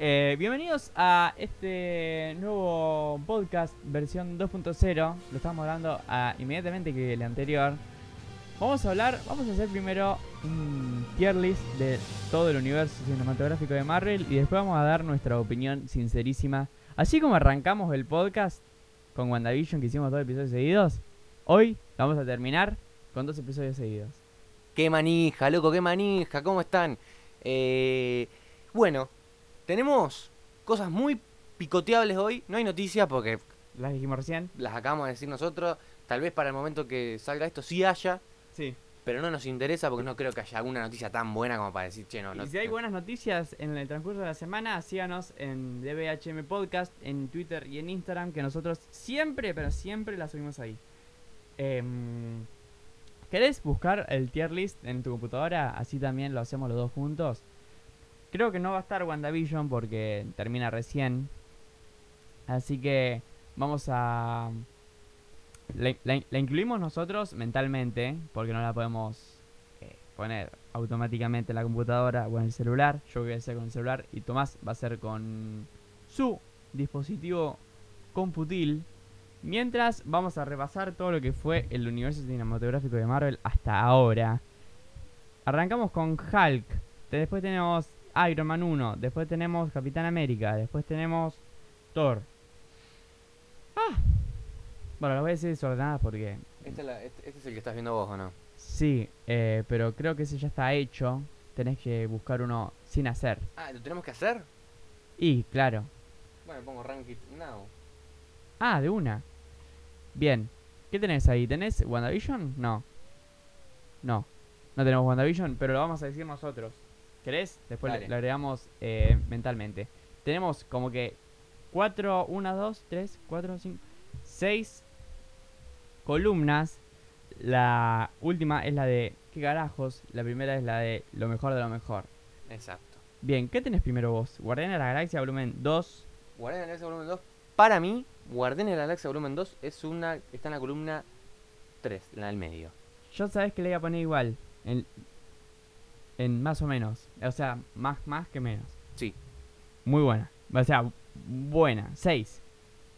Eh, bienvenidos a este nuevo podcast versión 2.0. Lo estamos hablando ah, inmediatamente que el anterior. Vamos a hablar, vamos a hacer primero un tier list de todo el universo cinematográfico de Marvel y después vamos a dar nuestra opinión sincerísima. Así como arrancamos el podcast con WandaVision que hicimos dos episodios seguidos, hoy vamos a terminar con dos episodios seguidos. Qué manija, loco, qué manija, ¿cómo están? Eh, bueno, tenemos cosas muy picoteables hoy. No hay noticias porque Las dijimos recién. las acabamos de decir nosotros. Tal vez para el momento que salga esto sí haya, Sí. pero no nos interesa porque no creo que haya alguna noticia tan buena como para decir, che, no, no. Y si hay buenas noticias en el transcurso de la semana, síganos en DBHM Podcast, en Twitter y en Instagram, que nosotros siempre, pero siempre las subimos ahí. Em, ¿Querés buscar el tier list en tu computadora? Así también lo hacemos los dos juntos. Creo que no va a estar WandaVision porque termina recién. Así que vamos a... La, la- la incluimos nosotros mentalmente, porque no la podemos eh, poner automáticamente en la computadora o en el celular. Yo voy a hacer con el celular y Tomás va a hacer con su dispositivo computil. Mientras vamos a repasar todo lo que fue el universo cinematográfico de Marvel hasta ahora. Arrancamos con Hulk, te- después tenemos Iron Man 1, después tenemos Capitán América, después tenemos Thor. Ah. Bueno, las voy a decir desordenadas porque Esta es la- este, este es el que estás viendo vos, ¿o no? Sí, eh, pero creo que ese ya está hecho. Tenés que buscar uno sin hacer. Ah, ¿lo tenemos que hacer? Y, claro. Bueno, pongo Rank It Now. Ah, de una. Bien. ¿Qué tenés ahí? ¿Tenés WandaVision? No. No. No tenemos WandaVision, pero lo vamos a decir nosotros. ¿Querés? Después le, Dale. lo agregamos eh, mentalmente. Tenemos como que 4, 1, 2, 3, 4, 5, 6 columnas. La última es la de ¿Qué carajos? La primera es la de Lo mejor de lo mejor. Exacto. Bien, ¿qué tenés primero vos? Guardianes de la Galaxia volumen 2. Guardianes de la Galaxia Volumen 2. Para mí, Guardianes de la Galaxia Volumen 2 es una, está en la columna 3, la del medio. Yo sabés que le voy a poner igual. En, en más o menos. O sea, más, más que menos. Sí, Muy buena. O sea, buena. 6.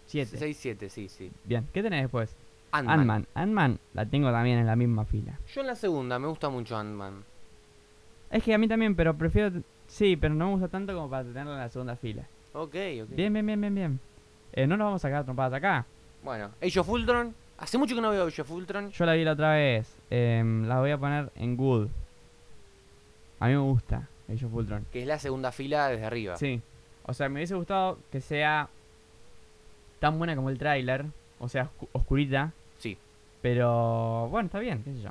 7. 6-7, sí, sí. Bien. ¿Qué tenés después? Ant-Man. Ant-Man. Ant-Man la tengo también en la misma fila. Yo en la segunda, me gusta mucho Ant-Man. Es que a mí también, pero prefiero... Sí, pero no me gusta tanto como para tenerla en la segunda fila. Ok, ok. Bien, bien, bien, bien, bien. Eh, no nos vamos a quedar trompadas acá. Bueno, Age of Ultron. Hace mucho que no veo Age of Ultron. Yo la vi la otra vez. Em, la voy a poner en good. A mí me gusta. Age of Ultron. Que es la segunda fila desde arriba. Sí. O sea, me hubiese gustado que sea tan buena como el tráiler. O sea, oscu- oscurita. Sí. Pero bueno, está bien, qué sé yo.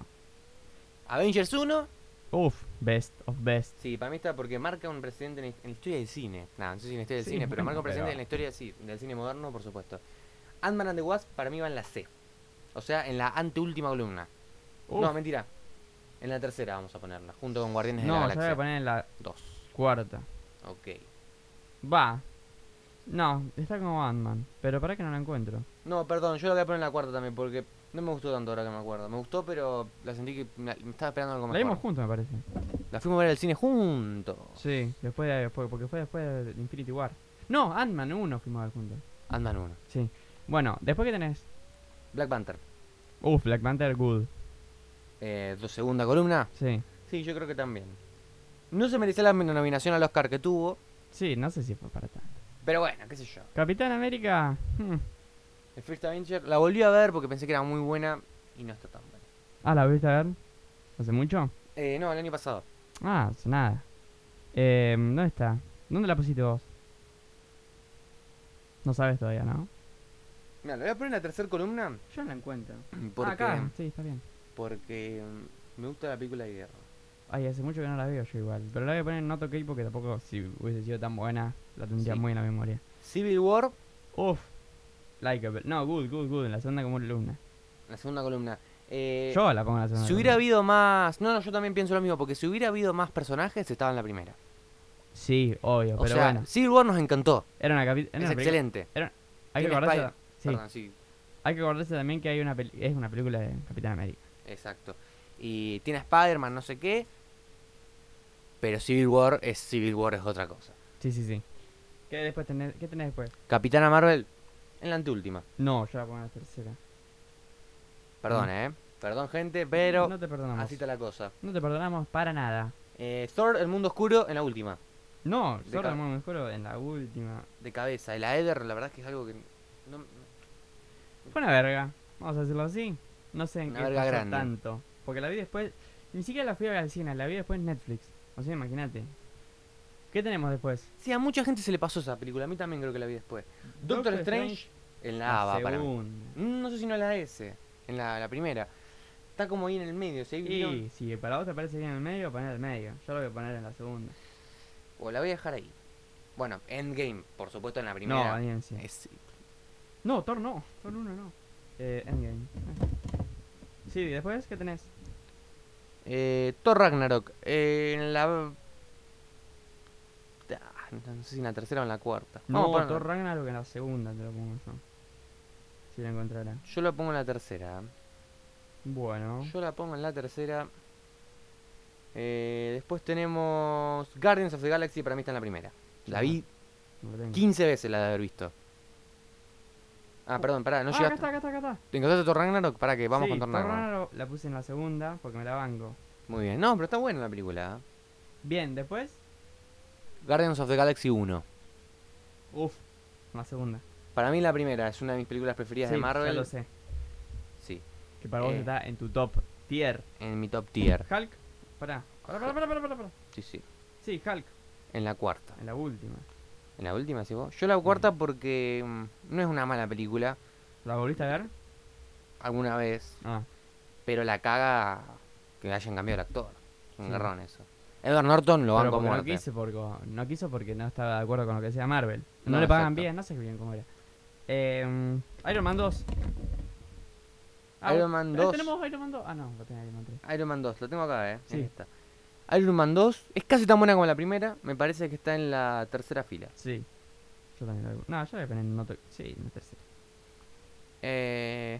Avengers 1. Uf, best of best. Sí, para mí está porque marca un precedente en, la- en la historia del cine. Nah, no sé si en la historia del Sí, cine, pero bueno, marca un precedente pero- en la historia del ci- del cine moderno, por supuesto. Ant-Man and the Wasp para mí va en la C. O sea, en la anteúltima columna. Uf. No, mentira. En la tercera vamos a ponerla, junto con Guardianes No, de yo la la voy a Galaxia. poner en la 2. cuarta. Ok. Va. No, está como Ant-Man. Pero para que no la encuentro. No, perdón, yo la voy a poner en la cuarta también porque no me gustó tanto ahora que me acuerdo. Me gustó, pero la sentí que me, me estaba esperando algo La vimos mejor. juntos, me parece. La fuimos a ver al cine juntos. Sí, después de, fue- porque fue después de Infinity War. No, Ant-Man 1 fuimos a ver juntos. Andan uno. Sí. Bueno, después que tenés. Black Panther. Uf, Black Panther Good. Eh, tu segunda columna. Sí. Sí, yo creo que también. No se merecía la nominación al Oscar que tuvo, Sí, no sé si fue para tanto. pero bueno, qué sé yo. Capitán América. hmm. El First Avenger la volví a ver porque pensé que era muy buena y no está tan buena. Ah, ¿la viste a ver? ¿Hace mucho? Eh, no, el año pasado. Ah, hace nada. Eh, ¿Dónde está? ¿Dónde la pusiste vos? No sabes todavía, ¿no? Mira, la voy a poner en la tercera columna Yo la encuentro. porque, acá. Sí, está bien. porque mm, me gusta la película de guerra. Ay, hace mucho que no la veo yo igual. Pero la voy a poner en otro clip porque tampoco, si hubiese sido tan buena, la tendría Sí. muy en la memoria. Civil War, Uf. Likeable. No, good, good, good. En la segunda como luna. la segunda columna. Eh, Yo la pongo en la segunda. si hubiera columna. habido más... No, no, yo también pienso lo mismo, porque si hubiera habido más personajes, estaba en la primera. Sí, obvio, O pero sea, bueno. Civil War nos encantó. Era una capi- era es una película- excelente. Hay que Tiene acordarse. Spider- Sí, Perdón, sí, hay que acordarse también que hay una peli- es una película de Capitán América. Exacto. Y tiene a Spider-Man, no sé qué. Pero Civil War es Civil War, es otra cosa. Sí, sí, sí. ¿Qué, después tenés, ¿Qué tenés después? Capitana Marvel, en la anteúltima. No, yo la pongo en la tercera. Perdón, Mm. eh. Perdón, gente, pero No te perdonamos. así está la cosa. No te perdonamos para nada. Eh, Thor, el mundo oscuro, en la última. No, De Zorro ca- me juro en la última. De cabeza. El Aether, la verdad es que es algo que. No, Fue una verga. Vamos a decirlo así. No sé en Una qué verga pasó grande. tanto. Porque la vi después. Ni siquiera la fui a ver al cine, la vi después en Netflix. O sea, imagínate. ¿Qué tenemos después? Sí, a mucha gente se le pasó esa película. A mí también creo que la vi después. Doctor, Strange, en la A va para mí. segunda. Mm, No sé si no la S. En la, la primera. Está como ahí en el medio. Si hay guión, Y si para vos te parece bien en el medio, poner en el medio. Yo lo voy a poner en la segunda. O la voy a dejar ahí. Bueno, Endgame, por supuesto, en la primera. No, ni en sí. Es- No, Thor no. Thor 1 no. Eh, Endgame. Eh. Sí, ¿y después qué tenés? eh, Thor Ragnarok. eh, en la. Ah, No sé si en la tercera o en la cuarta. No, Vamos a poner- Thor Ragnarok en la segunda te lo pongo yo. Si la encontrará. Yo la pongo en la tercera. ¿eh? Bueno. Yo la pongo en la tercera. Eh, después tenemos Guardians of the Galaxy, para mí está en la primera. La vi no lo tengo. 15 veces la de haber visto. Ah, perdón, pará, no ah, acá llegaste. está, acá está, acá está. ¿Te encontraste Thor Ragnarok? Pará, que vamos Sí, con Thor Thor Ragnarok. Ragnarok la puse en la segunda porque me la banco. Muy bien. No, pero está buena la película. ¿eh? Bien, después. Guardians of the Galaxy 1. Uf. La segunda. Para mí la primera, es una de mis películas preferidas Sí, de Ya Marvel. lo sé. Sí, Que para vos Eh. está en tu top tier. en mi top tier. Hulk. Pará. Pará, pará, pará, pará, pará, pará. Sí, sí. Sí, Hulk. En la cuarta. En la última. En la última, ¿sí vos? Yo la cuarta porque mm, no es una mala película. ¿La volviste a ver? Alguna vez Ah. Pero la caga que hayan cambiado el actor. Es un Sí. garrón eso. Edward Norton Pero lo van porque como no, quiso porque, no quiso porque no estaba de acuerdo con lo que decía Marvel. No, No, le pagan exacto. bien, no sé bien cómo era. Eh, Iron Man 2. Iron Man eh, 2. ¿Tenemos Iron Man 2? Ah, no, lo tenía Iron Man 3. Iron Man 2, lo tengo acá, eh. Sí. Ahí está. Iron Man 2 es casi tan buena como la primera. Me parece que está en la tercera fila. Sí. Yo también lo No, yo le poner en otro. Sí, en el tercero. Eh,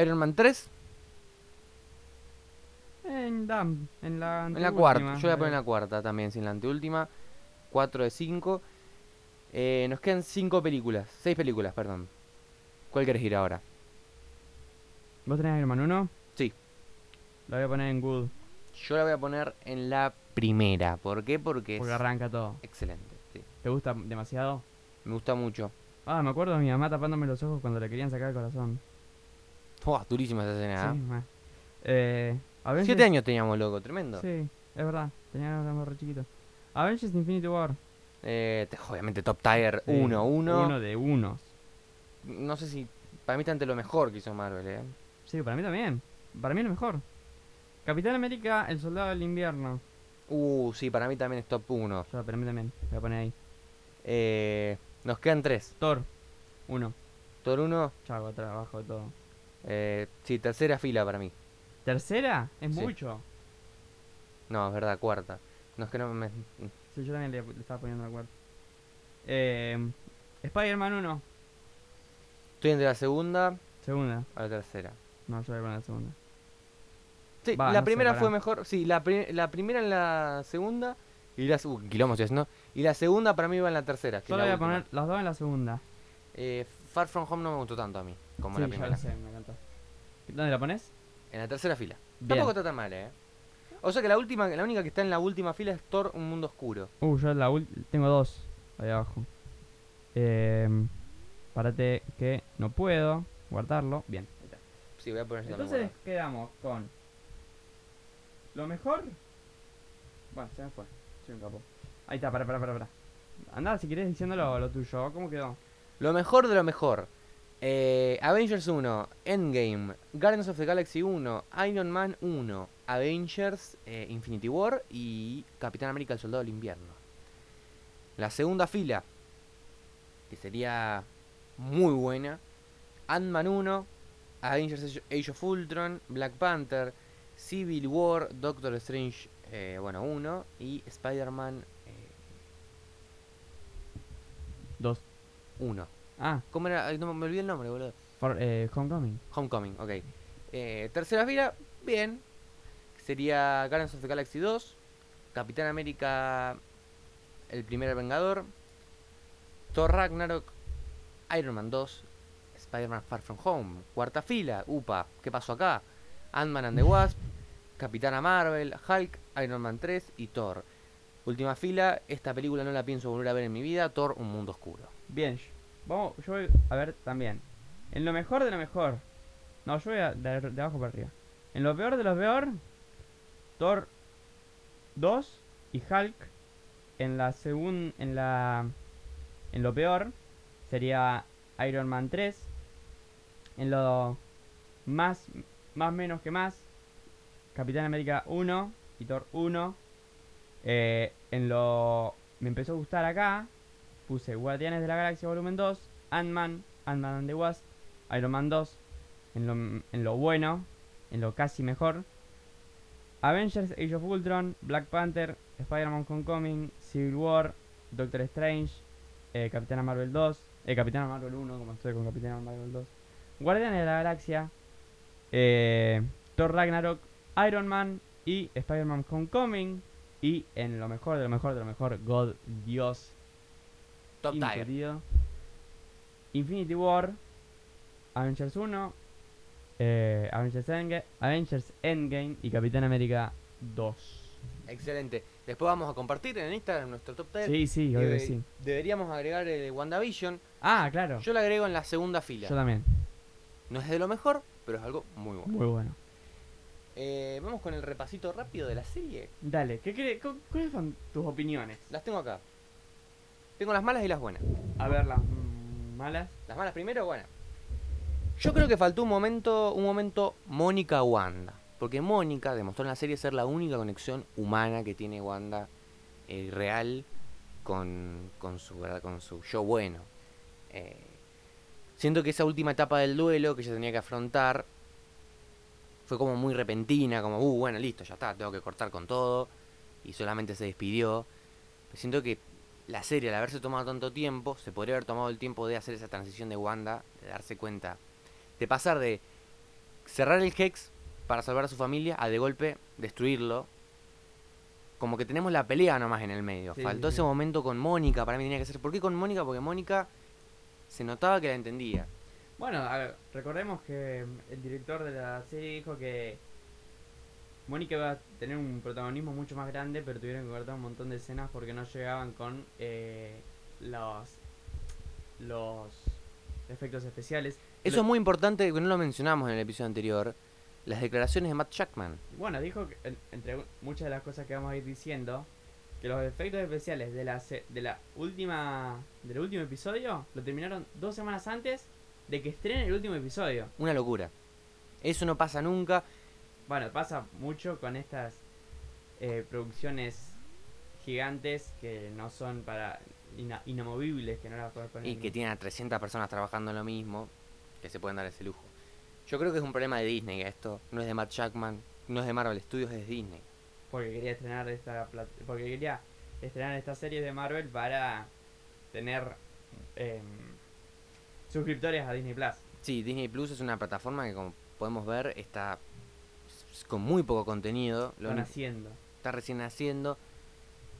Iron Man 3 En, Dam, en la. en la cuarta. Yo voy a poner en la cuarta también, sin la anteúltima. 4 de 5. nos quedan 5 películas. 6 películas, perdón. ¿Cuál querés ir ahora? ¿Vos tenés Iron Man 1? Sí. Lo voy a poner en Good. Yo la voy a poner en la primera. ¿Por qué? Porque es Porque arranca todo. excelente. sí. ¿Te gusta demasiado? Me gusta mucho. Ah, me acuerdo de mi mamá tapándome los ojos cuando le querían sacar el corazón. Buah, durísima esa escena. Sí, ¿eh? ma. Eh, a veces... Siete años teníamos, loco, tremendo. Sí, es verdad. Tenía un re chiquito. Avengers Infinity War. Eh, te- obviamente Top Tier Sí, 1, 1. Eh, Uno de unos. No sé si. Para mí está ante lo mejor que hizo Marvel, ¿eh? Sí, para mí también. Para mí lo mejor. Capitán América, El Soldado del Invierno. Uh, sí, para mí también es top 1. Yo, para mí también. Lo voy a poner ahí. Eh, nos quedan 3. Thor. Uno. Thor 1, Chago, trabajo, todo. eh, sí, tercera fila para mí. Tercera, es Sí. mucho. No, es verdad, cuarta. No es que no me. Sí, yo también le, le estaba poniendo la cuarta. Eh, Spider-Man 1. Estoy entre la segunda Segunda. a la tercera. No, yo voy a poner la segunda. Sí, Va, no la sé, primera pará. fue mejor. Sí, la, pri- la primera en la segunda. Y la, uh, quilombo estoy haciendo. Y la segunda para mí iba en la tercera. que Yo es le la voy a última. poner las dos en la segunda. Eh, Far From Home no me gustó tanto a mí como sí, la ya primera. lo sé, me encantó. ¿Dónde la pones? En la tercera fila. Bien. Tampoco está tan mal, ¿eh? O sea que la última, la única que está en la última fila es Thor, Un Mundo Oscuro. Uh, yo la ul- tengo dos ahí abajo. Eh, párate que no puedo guardarlo. Bien. Sí, voy a poner yo también, Entonces quedamos con lo mejor. Bueno, se me fue. Soy un capo. Ahí está, para, para, para, para. Andá, si querés diciéndolo lo tuyo, ¿cómo quedó? bueno. Lo mejor de lo mejor. Eh, Avengers 1, Endgame, Guardians of the Galaxy 1, Iron Man 1, Avengers, eh, Infinity War y Capitán América el Soldado del Invierno. La segunda fila, que sería muy buena, Ant-Man 1, Avengers Age- Age of Ultron, Black Panther, Civil War, Doctor Strange, eh, bueno, 1 y Spider-Man eh, Dos. 1. Ah, ¿Cómo era? Ay, no, me olvidé el nombre, boludo. for, eh, Homecoming. Homecoming, ok. Eh, tercera fila, bien. Sería Guardians of the Galaxy 2, Capitán América, El Primer Vengador, Thor Ragnarok, Iron Man 2, Spider-Man Far From Home, Cuarta Fila, Upa, ¿qué pasó acá? Ant-Man and the Wasp, Capitana Marvel, Hulk, Iron Man 3 y Thor. Última fila, esta película no la pienso volver a ver en mi vida, Thor, Un Mundo Oscuro. Bien, yo- vamos, yo voy a ver también. En lo mejor de lo mejor. No, yo voy a de, de abajo para arriba. En lo peor de lo peor, Thor 2 y Hulk. En la segunda, en la... En lo peor sería Iron Man 3. En lo más, más menos que más, Capitán América 1 y Thor 1. Eh, en lo... Me empezó a gustar acá, puse Guardianes de la Galaxia Volumen 2, Ant-Man, Ant-Man and the Wasp, Iron Man 2, en lo, en lo bueno, en lo casi mejor, Avengers Age of Ultron, Black Panther, Spider-Man Homecoming, Civil War, Doctor Strange, eh, Capitana Marvel 2, eh, Capitana Marvel 1, como estoy con Capitana Marvel 2, Guardianes de la Galaxia, eh, Thor Ragnarok, Iron Man y Spider-Man Homecoming. Y en lo mejor de lo mejor de lo mejor, God, Dios, Top Tier. Incluido. Infinity War, Avengers 1, eh, Avengers, Endgame, Avengers Endgame y Capitán América 2. Excelente. Después vamos a compartir en Instagram nuestro Top Tier. Sí, sí, Y obvio que de- sí. Deberíamos agregar el de WandaVision. Ah, claro. Yo, Yo lo agrego en la segunda fila. también. No es de lo mejor, pero es algo muy bueno. Muy bueno. Eh, vamos con el repasito rápido de la serie. Dale, ¿qué cre- cu- ¿cuáles son tus opiniones? Las tengo acá. Tengo las malas y las buenas. A ver, las mm, malas. Las malas primero, bueno. Yo creo que faltó un momento, un momento Mónica Wanda, porque Mónica demostró en la serie ser la única conexión humana que tiene Wanda eh, real con, con su verdad, con su yo bueno. Eh, siento que esa última etapa del duelo que ella tenía que afrontar fue como muy repentina, como uh, bueno, listo, ya está, tengo que cortar con todo y solamente se despidió. Siento que la serie, al haberse tomado tanto tiempo, se podría haber tomado el tiempo de hacer esa transición de Wanda, de darse cuenta, de pasar de cerrar el Hex para salvar a su familia a de golpe destruirlo. Como que tenemos la pelea nomás en el medio. Sí, Faltó sí, ese sí. momento con Mónica, para mí tenía que ser. ¿Por qué con Mónica? Porque Mónica se notaba que la entendía. Bueno, a ver, recordemos que mm, el director de la serie dijo que Mónica iba a tener un protagonismo mucho más grande, pero tuvieron que cortar un montón de escenas porque no llegaban con eh, los los efectos especiales. Eso Lo- es muy importante que no lo mencionamos en el episodio anterior. Las declaraciones de Matt Jackman. Bueno, dijo que en- entre muchas de las cosas que vamos a ir diciendo que los efectos especiales de la se- de la última del último episodio lo terminaron dos semanas antes de que estrene el último episodio. Una locura. Eso no pasa nunca. Bueno, pasa mucho con estas eh, producciones gigantes que no son para ina- inamovibles, que no las puedes poner. Y en- que tienen a 300 personas trabajando en lo mismo. Que se pueden dar ese lujo. Yo creo que es un problema de Disney esto. No es de Matt Jackman. No es de Marvel Studios, es de Disney. Porque quería estrenar esta plat- porque quería estrenar estas series de Marvel para tener em, suscriptores a Disney Plus. Sí, Disney Plus es una plataforma que como podemos ver está s- con muy poco contenido. Están Lo único- haciendo. está recién naciendo.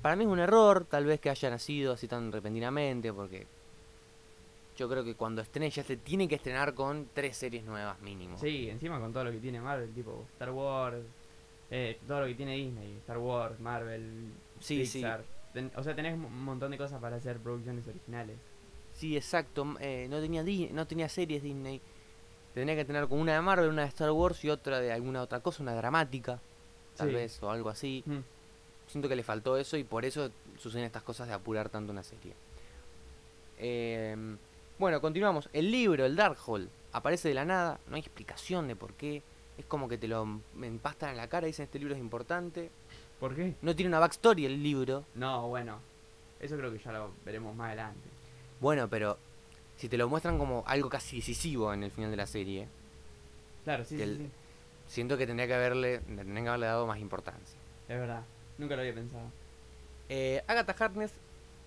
Para mí es un error, tal vez que haya nacido así tan repentinamente, porque yo creo que cuando estrene ya se tiene que estrenar con tres series nuevas mínimo. Sí, encima con todo lo que tiene Marvel, tipo Star Wars, eh, todo lo que tiene Disney, Star Wars, Marvel, Sí, sí. Pixar. Ten- o sea, tenés un montón de cosas para hacer producciones originales. Sí, exacto. m- eh, no, tenía Di- no tenía series Disney. Tendría que tener como una de Marvel, una de Star Wars y otra de alguna otra cosa, una dramática, tal Sí. vez, o algo así. Mm. Siento que le faltó eso y por eso suceden estas cosas de apurar tanto una serie. Eh, bueno, continuamos. El libro, el Darkhold, aparece de la nada. No hay explicación de por qué. Es como que te lo empastan en la cara y dicen este libro es importante. ¿Por qué? No tiene una backstory el libro. No, bueno. Eso creo que ya lo veremos más adelante. Bueno, pero si te lo muestran como algo casi decisivo en el final de la serie, Claro, sí, Que sí, el- sí. siento que tendría que haberle, tendría que haberle dado más importancia. Es verdad. Nunca lo había pensado. Eh, Agatha Harkness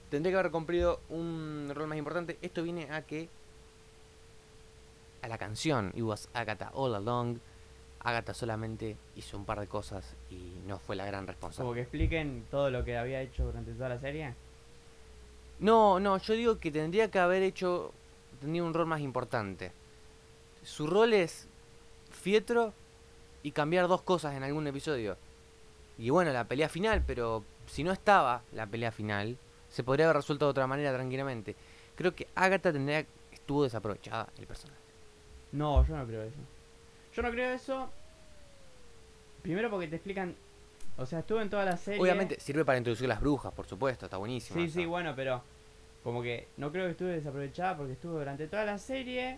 tendría que haber cumplido un rol más importante. Esto viene a que a la canción It Was Agatha All Along. Agatha solamente hizo un par de cosas y no fue la gran Como responsable. que expliquen todo lo que había hecho durante toda la serie. No, no, yo digo que tendría que haber hecho. tenido un rol más importante. Su rol es. Fietro y cambiar dos cosas en algún episodio. Y bueno, la pelea final, pero si no estaba la pelea final, se podría haber resuelto de otra manera tranquilamente. Creo que Agatha tendría, estuvo desaprovechada el personaje. No, yo no creo eso. Yo no creo eso. Primero porque te explican. O sea, estuve en toda la serie. Obviamente sirve para introducir las brujas, por supuesto, está buenísimo. Sí, está. sí, bueno, pero. Como que no creo que estuve desaprovechada porque estuvo durante toda la serie.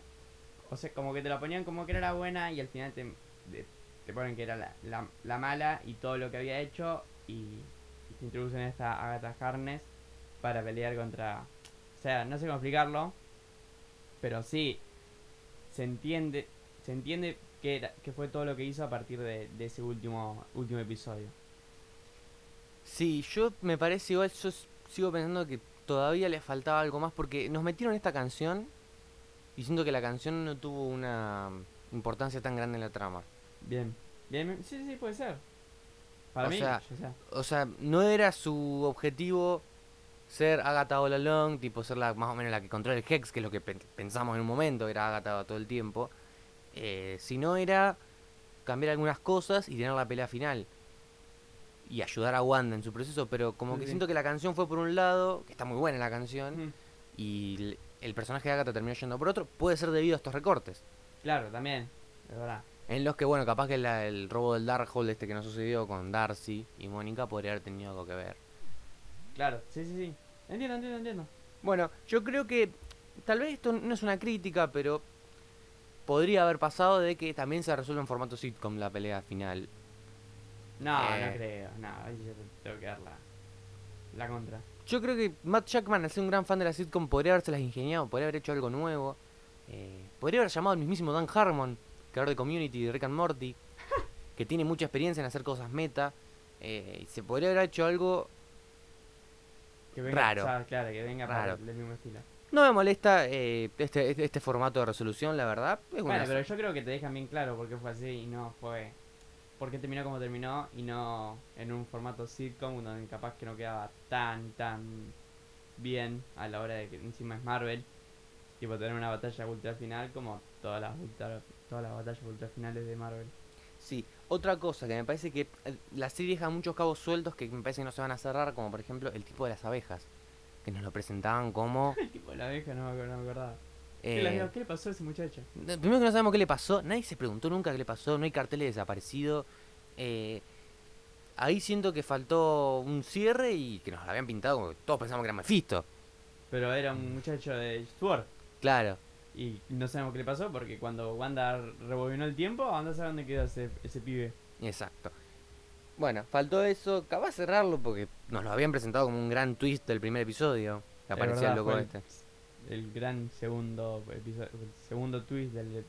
O sea, como que te la ponían como que era la buena y al final te, de- te ponen que era la, la- la mala y todo lo que había hecho. Y, y te introducen a esta Agatha Harness para pelear contra. O sea, no sé cómo explicarlo. Pero sí, se entiende se entiende que, era- que fue todo lo que hizo a partir de, de ese último último episodio. Sí, yo me parece igual, yo s- sigo pensando que todavía le faltaba algo más porque nos metieron esta canción y siento que la canción no tuvo una importancia tan grande en la trama. Bien. Bien, bien. sí, sí, sí, puede ser. Para O mí, sea, o sea, O sea, no era su objetivo ser Agatha All Along, tipo ser la, más o menos la que controla el Hex, que es lo que pe- pensamos en un momento, era Agatha todo el tiempo, eh, sino era cambiar algunas cosas y tener la pelea final. Y ayudar a Wanda en su proceso, pero como Sí, que sí. siento que la canción fue por un lado, que está muy buena la canción, ujú. y l- el personaje de Agatha terminó yendo por otro, puede ser debido a estos recortes. claro, también, es verdad. En los que, bueno, capaz que la- el robo del Darkhold este que no sucedió con Darcy y Mónica podría haber tenido algo que ver. Claro, sí, sí, sí. Entiendo, entiendo, entiendo. Bueno, yo creo que tal vez esto no es una crítica, pero podría haber pasado de que también se resuelva en formato sitcom la pelea final. No, Eh. no creo. No, ahí yo te- tengo que dar la, la contra. Yo creo que Matt Jackman, al ser un gran fan de la sitcom, podría haberse las ingeniado, podría haber hecho algo nuevo. eh, podría haber llamado al mismísimo Dan Harmon, creador de Community, de Rick and Morty, que tiene mucha experiencia en hacer cosas meta. eh, y se podría haber hecho algo Que venga, Raro. o sea, claro, que venga para Raro. el del mismo estilo. No me molesta eh, este, este, este formato de resolución, la verdad. Es una- Bueno, pero yo creo que te dejan bien claro por qué fue así y no fue. Por qué terminó como terminó y no en un formato sitcom donde capaz que no quedaba tan, tan bien a la hora de que encima es Marvel. Tipo, tener una batalla ultra final como todas las, ultra- todas las batallas ultra finales de Marvel. Sí, otra cosa que me parece que eh, la serie deja muchos cabos sueltos que me parece que no se van a cerrar, como por ejemplo el tipo de las abejas, que nos lo presentaban como... El tipo de la abeja no me, acuerdo, no me acordaba. ¿Qué, eh, le- ¿Qué le pasó a ese muchacho? no- primero que no sabemos qué le pasó, nadie se preguntó nunca qué le pasó, no hay carteles desaparecido. eh, ahí siento que faltó un cierre y que nos lo habían pintado, como que todos pensamos que era Mephisto. Pero era Mm. un muchacho de Sword. Claro, Y no sabemos qué le pasó porque cuando Wanda rebobinó el tiempo, Wanda sabe dónde quedó ese, ese pibe. exacto. Bueno, faltó eso, capaz cerrarlo porque nos lo habían presentado como un gran twist del primer episodio, que Es aparecía el verdad, loco fue este. El gran segundo episodio, el segundo twist del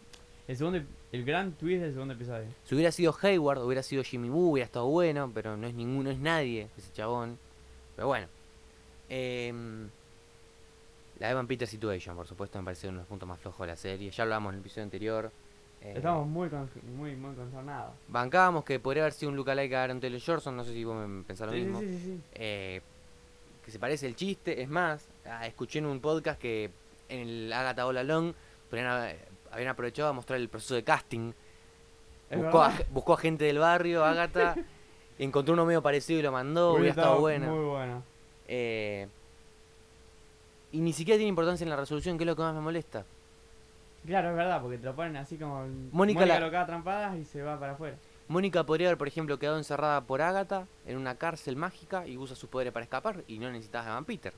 el segundo el gran twist del segundo episodio. Si hubiera sido Hayward, hubiera sido Jimmy Woo, hubiera estado bueno, pero no es ninguno, es nadie ese chabón. Pero bueno. Em, la Evan Peter Situation, por supuesto, me parece uno de los puntos más flojos de la serie. Ya hablábamos en el episodio anterior. Eh, Estamos muy con- muy muy concernados. Bancábamos que podría haber sido un lookalike a Aaron Taylor Johnson, no sé si vos me pensás lo Sí, sí, mismo. sí, sí, sí. Eh, que se parece el chiste, es más, ah, escuché en un podcast que en el Agatha All Along podrían haber- habían aprovechado a mostrar el proceso de casting Es Buscó a, verdad. buscó a gente del barrio, Agatha. encontró uno medio parecido y lo mandó. Hubiera estado bueno. Muy bueno. Eh, y ni siquiera tiene importancia en la resolución, que es lo que más me molesta. Claro, es verdad, porque te lo ponen así como Mónica la- lo caga a trampadas y se va para afuera. Mónica podría haber, por ejemplo, quedado encerrada por Agatha en una cárcel mágica y usa sus poderes para escapar y no necesitas a Van Peters.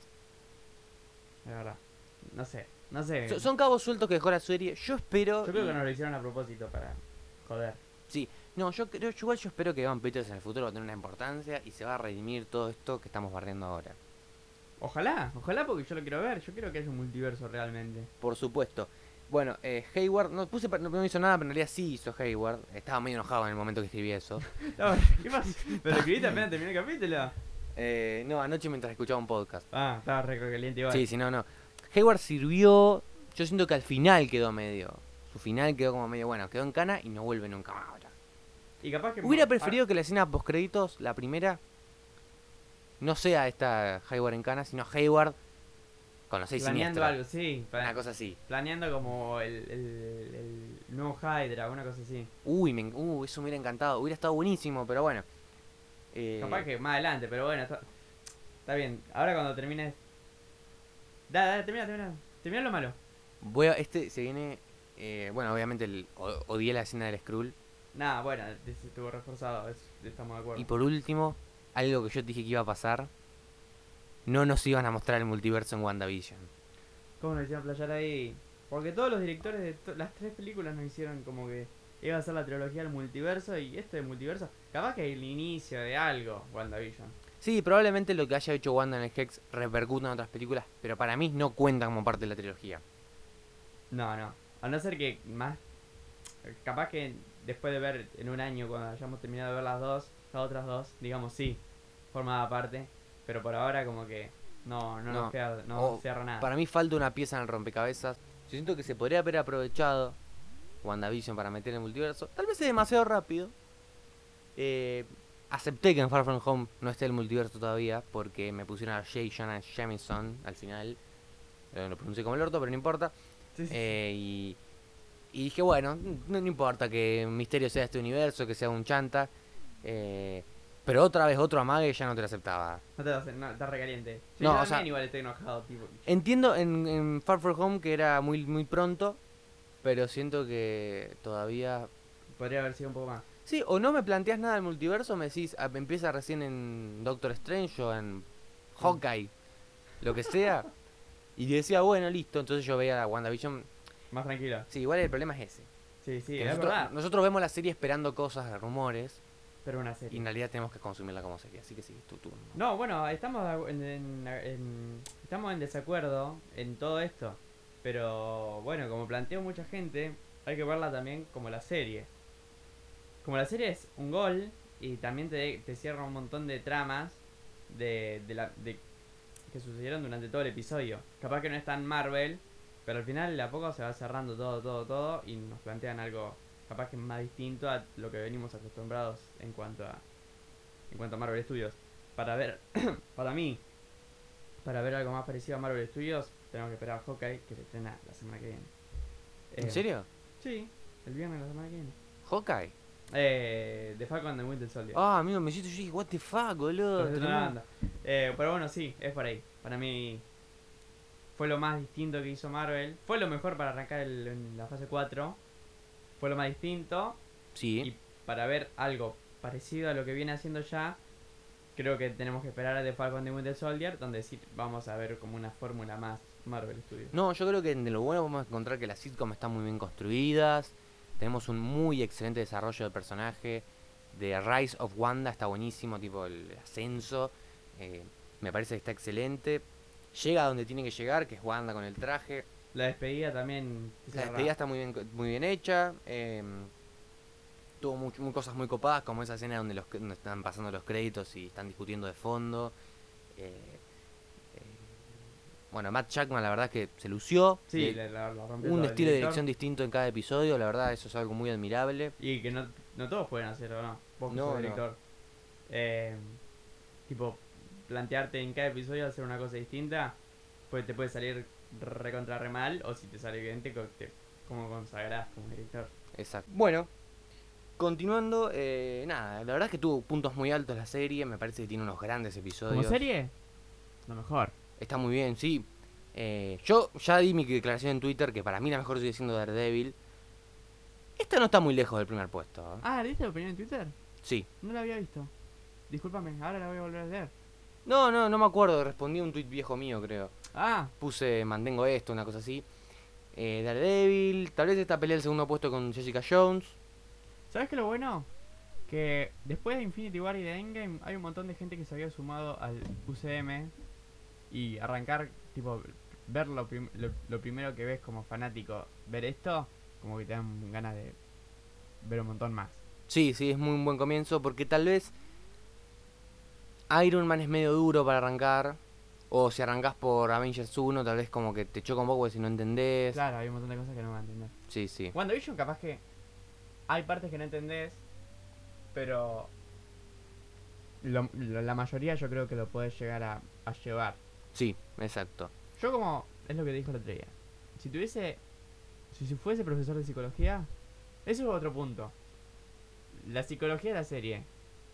Es verdad. No sé, no sé. So- son cabos sueltos que dejó la serie. Yo espero. Yo creo y- que nos lo hicieron a propósito para joder. Sí, no, yo creo, yo igual yo espero que Van Peters en el futuro va a tener una importancia y se va a redimir todo esto que estamos barriendo ahora. Ojalá, ojalá porque yo lo quiero ver, yo quiero que haya un multiverso realmente. Por supuesto. Bueno, eh, Hayward, no puse pa- no, no hizo nada, pero en realidad sí hizo Hayward. Estaba medio enojado en el momento que escribí eso. No, ¿Qué pasa? Pero lo escribiste apenas terminó el capítulo. Eh, no, anoche mientras escuchaba un podcast. Ah, estaba re caliente igual. Sí, sí, no, no. Hayward sirvió. Yo siento que al final quedó medio. Su final quedó como medio bueno. Quedó en cana y no vuelve nunca más ahora. Y capaz que Hubiera Ah, preferido que la escena post créditos, la primera, no sea esta Hayward en cana, sino Hayward Con los seis planeando siniestros. algo, sí. pla- Una cosa así. Planeando como el, el, el nuevo Hydra, una cosa así. Uy, me, en- uh, eso me hubiera encantado. Hubiera estado buenísimo, pero bueno. Eh, Capaz que más adelante, pero bueno, está, está bien. Ahora cuando termines. Dale, dale, termina, termina. Termina lo malo. voy a- este se viene. eh, bueno, obviamente el- o- odié la escena del Skrull. Nada, bueno, es- estuvo reforzado, es- estamos de acuerdo. Y por último, algo que yo dije que iba a pasar. No nos iban a mostrar el multiverso en WandaVision. ¿Cómo nos hicieron playar ahí? Porque todos los directores de to- las tres películas nos hicieron como que iba a ser la trilogía del multiverso y esto del multiverso. Capaz que el inicio de algo, WandaVision. Sí, probablemente lo que haya hecho Wanda en el Hex repercuta en otras películas, pero para mí no cuenta como parte de la trilogía. No, no. A no ser que más. Capaz que después de ver en un año, cuando hayamos terminado de ver las dos, las otras dos, digamos sí, formaba parte. Pero por ahora, como que no, no, No. nos queda, no O cierra nada. Para mí falta una pieza en el rompecabezas. Yo siento que se podría haber aprovechado WandaVision para meter el multiverso. Tal vez es demasiado rápido. Eh, acepté que en Far From Home no esté el multiverso todavía porque me pusieron a Jay Jonah Jameson al final. Eh, lo pronuncié como el orto, pero no importa. Sí, sí, sí. Eh, y, y dije, bueno, no, no importa que Misterio sea este universo, que sea un chanta. eh, pero otra vez otro amague ya no te lo aceptaba. no te vas a- no, estás recaliente. Yo No, o también sea- igual estoy enojado, tipo. Entiendo en, en Far From Home que era muy, muy pronto, pero siento que todavía... Podría haber sido un poco más. Sí, o no me planteas nada del multiverso, me decís, ah, empieza recién en Doctor Strange o en Hawkeye, lo que sea. Y decía, bueno, listo, entonces yo veía a WandaVision. Más tranquilo. Sí, igual el problema es ese. Sí, sí, que es nosotros, verdad. nosotros vemos la serie esperando cosas, rumores, Pero una y serie. en realidad tenemos que consumirla como serie, así que sí, tu turno. No, bueno, estamos de acu- en, en- en- estamos en desacuerdo en todo esto. Pero bueno, como planteó mucha gente, hay que verla también como la serie. Como la serie es un gol y también te, te cierra un montón de tramas de, de la, de- que sucedieron durante todo el episodio. Capaz que no es tan Marvel, pero al final de a poco se va cerrando todo, todo, todo y nos plantean algo capaz que más distinto a lo que venimos acostumbrados en cuanto a, en cuanto a Marvel Studios para ver, para mí, para ver algo más parecido a Marvel Studios, tenemos que esperar a Hawkeye que se estrena la semana que viene. ¿En Eh, serio? Sí, el viernes de la semana que viene. ¿Hawkeye? Eh, The Falcon and the Winter Soldier. Ah, amigo, me hiciste yo dije, what the fuck, boludo. Pero es tremendo. una banda. Eh, pero bueno, sí, es por ahí. Para mí fue lo más distinto que hizo Marvel. Fue lo mejor para arrancar el- en la fase 4. Fue lo más distinto. Sí. Y para ver algo parecido a lo que viene haciendo ya, creo que tenemos que esperar a The Falcon de Winter Soldier, donde sí vamos a ver como una fórmula más Marvel Studios. No, yo creo que de lo bueno vamos a encontrar que las sitcoms están muy bien construidas. Tenemos un muy excelente desarrollo de personaje. The Rise of Wanda está buenísimo, tipo el ascenso. eh, me parece que está excelente. Llega a donde tiene que llegar, que es Wanda con el traje. La despedida también. La cerrada. despedida está muy bien, co- muy bien hecha. eh, tuvo mu- mu- cosas muy copadas, como esa escena donde, los, cr- donde están pasando los créditos y están discutiendo de fondo. eh, eh, bueno, Matt Jackman la verdad es que se lució. Eh, Sí, le- la- la- la rompió un todo el estilo de director. dirección distinto en cada episodio, la verdad eso es algo muy admirable. Y que no, no todos pueden hacerlo, ¿no? Vos que No, sos no. director. Eh, tipo, plantearte en cada episodio hacer una cosa distinta, pues te puede salir recontra re mal, o si te sale bien, te, co- te- como consagrás como director. Exacto. Bueno, continuando, eh, nada, la verdad es que tuvo puntos muy altos la serie, me parece que tiene unos grandes episodios. ¿Como serie? Lo mejor. Está muy bien, sí. Eh, yo ya di mi declaración en Twitter que para mí la mejor sigue siendo Daredevil. Esta no está muy lejos del primer puesto. ¿eh? Ah, ¿leíste la opinión en Twitter? Sí. No la había visto. Discúlpame, ahora la voy a volver a leer. No, no, no me acuerdo, respondí a un tuit viejo mío, creo. Ah, Puse mantengo esto, una cosa así. Eh, Daredevil, tal vez esta pelea el segundo puesto con Jessica Jones. ¿sabes qué es lo bueno? Que después de Infinity War y de Endgame hay un montón de gente que se había sumado al UCM y arrancar, tipo, ver lo, prim- lo, lo primero que ves como fanático, ver esto, como que te dan ganas de ver un montón más. Sí, sí, es muy un buen comienzo porque tal vez Iron Man es medio duro para arrancar. O si arrancás por Avengers 1, tal vez como que te choca un poco si no entendés. Claro, hay un montón de cosas que no van a entender. Sí, sí. WandaVision capaz que hay partes que no entendés, pero lo- lo- la mayoría yo creo que lo podés llegar a, a llevar. Sí, exacto. Yo como, es lo que te dijo el otro día. Si tuviese, si si fuese profesor de psicología, eso es otro punto. La psicología de la serie,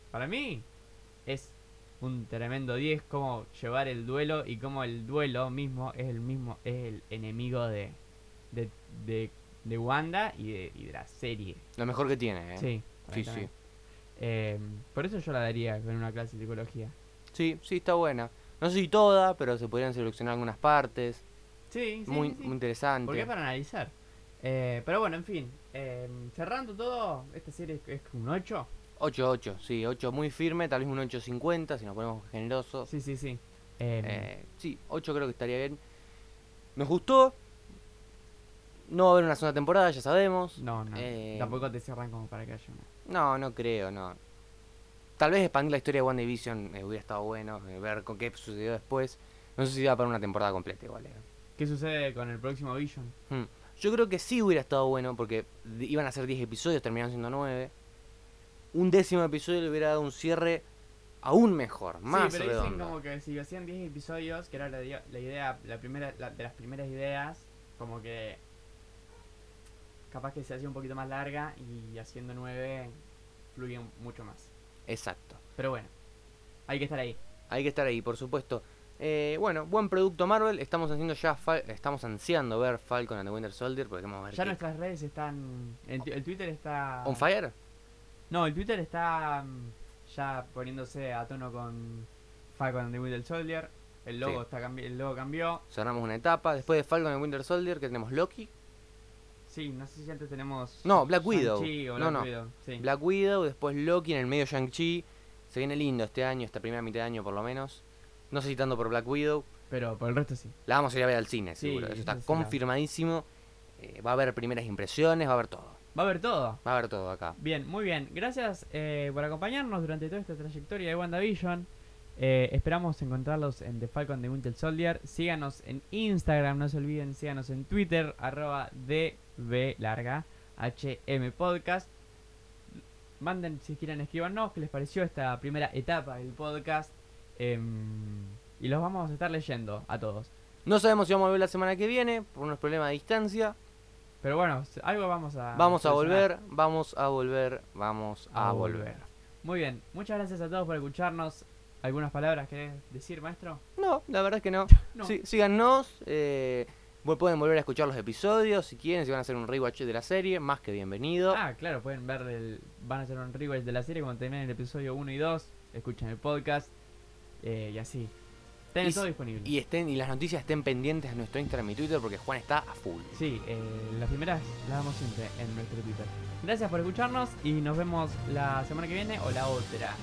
para mí, es un tremendo 10 cómo llevar el duelo y cómo el duelo mismo es el mismo, es el enemigo de, de, de, de Wanda y de, y de la serie. Lo mejor que tiene, ¿eh? Sí, para mí Sí, también. sí. Eh, por eso yo la daría con una clase de psicología. Sí, sí, está buena. No sé si toda, pero se podrían seleccionar algunas partes. Sí, sí, muy, sí, sí. muy interesante. Porque es para analizar. Eh, pero bueno, en fin. eh, cerrando todo, esta serie es, es un 8. 8-8, sí, 8 muy firme, tal vez un 8.50 si nos ponemos generosos. Sí, sí, sí. Eh, Eh, sí, 8 creo que estaría bien. Nos gustó. No va a haber una segunda temporada, ya sabemos. no, no. eh, tampoco te cierran como para que haya una. No, no creo, no. Tal vez expandir la historia de WandaVision eh, hubiera estado bueno, eh, ver con qué sucedió después. No sé si va para una temporada completa igual. eh. ¿Qué sucede con el próximo Vision? Hmm. Yo creo que sí hubiera estado bueno porque di- iban a ser 10 episodios, terminaron siendo 9. Un décimo episodio le hubiera dado un cierre aún mejor, más sí, pero dicen redondo. como que si hacían 10 episodios, que era la, di- la idea, la primera, la- de las primeras ideas, como que capaz que se hacía un poquito más larga y haciendo 9 fluye un- mucho más. Exacto. Pero bueno, hay que estar ahí. Hay que estar ahí, por supuesto. Eh, bueno, buen producto Marvel. Estamos haciendo ya, Fal- estamos ansiando ver Falcon and the Winter Soldier porque queremos ver Ya qué- nuestras redes están. El, tu- el Twitter está. on fire. No, el Twitter está mm, ya poniéndose a tono con Falcon and the Winter Soldier. El logo Sí. está cambi- el logo cambió. Cerramos una etapa. Después de Falcon and the Winter Soldier, que tenemos Loki, Sí, no sé si antes tenemos. No, Black Widow. Shang-Chi o No, Black no. Widow, sí. Black Widow, después Loki, en el medio Shang-Chi. Se viene lindo este año, esta primera mitad de año por lo menos. No sé si tanto por Black Widow. Pero por el resto sí. La vamos a ir a ver al cine, Sí, seguro. Eso está eso sí, la- confirmadísimo. Eh, va a haber primeras impresiones, va a haber todo. Va a haber todo. Va a haber todo acá. Bien, muy bien. Gracias eh, por acompañarnos durante toda esta trayectoria de WandaVision. Eh, esperamos encontrarlos en The Falcon de Winter Soldier. Síganos en Instagram, no se olviden, síganos en Twitter, arroba DB larga HM Podcast. Manden si quieren, escribanos qué les pareció esta primera etapa del podcast. Em, y los vamos a estar leyendo a todos. No sabemos si vamos a volver la semana que viene, por unos problemas de distancia. Pero bueno, algo vamos a... vamos a solucionar. volver, vamos a volver, vamos a, A volver. volver. Muy bien, muchas gracias a todos por escucharnos. ¿Algunas palabras querés decir, maestro? No, la verdad es que no. No. Sí, síganos. eh, vu- pueden volver a escuchar los episodios si quieren, si van a hacer un rewatch de la serie, más que bienvenido. Ah, claro, pueden ver el. Van a hacer un rewatch de la serie cuando terminen el episodio 1 y 2. Escuchan el podcast. eh, y así. Tienen Y todo si- disponible. Y estén y las noticias estén pendientes a nuestro Instagram y Twitter porque Juan está a full. Sí, eh, las primeras las damos siempre en nuestro Twitter. Gracias por escucharnos y nos vemos la semana que viene o la otra.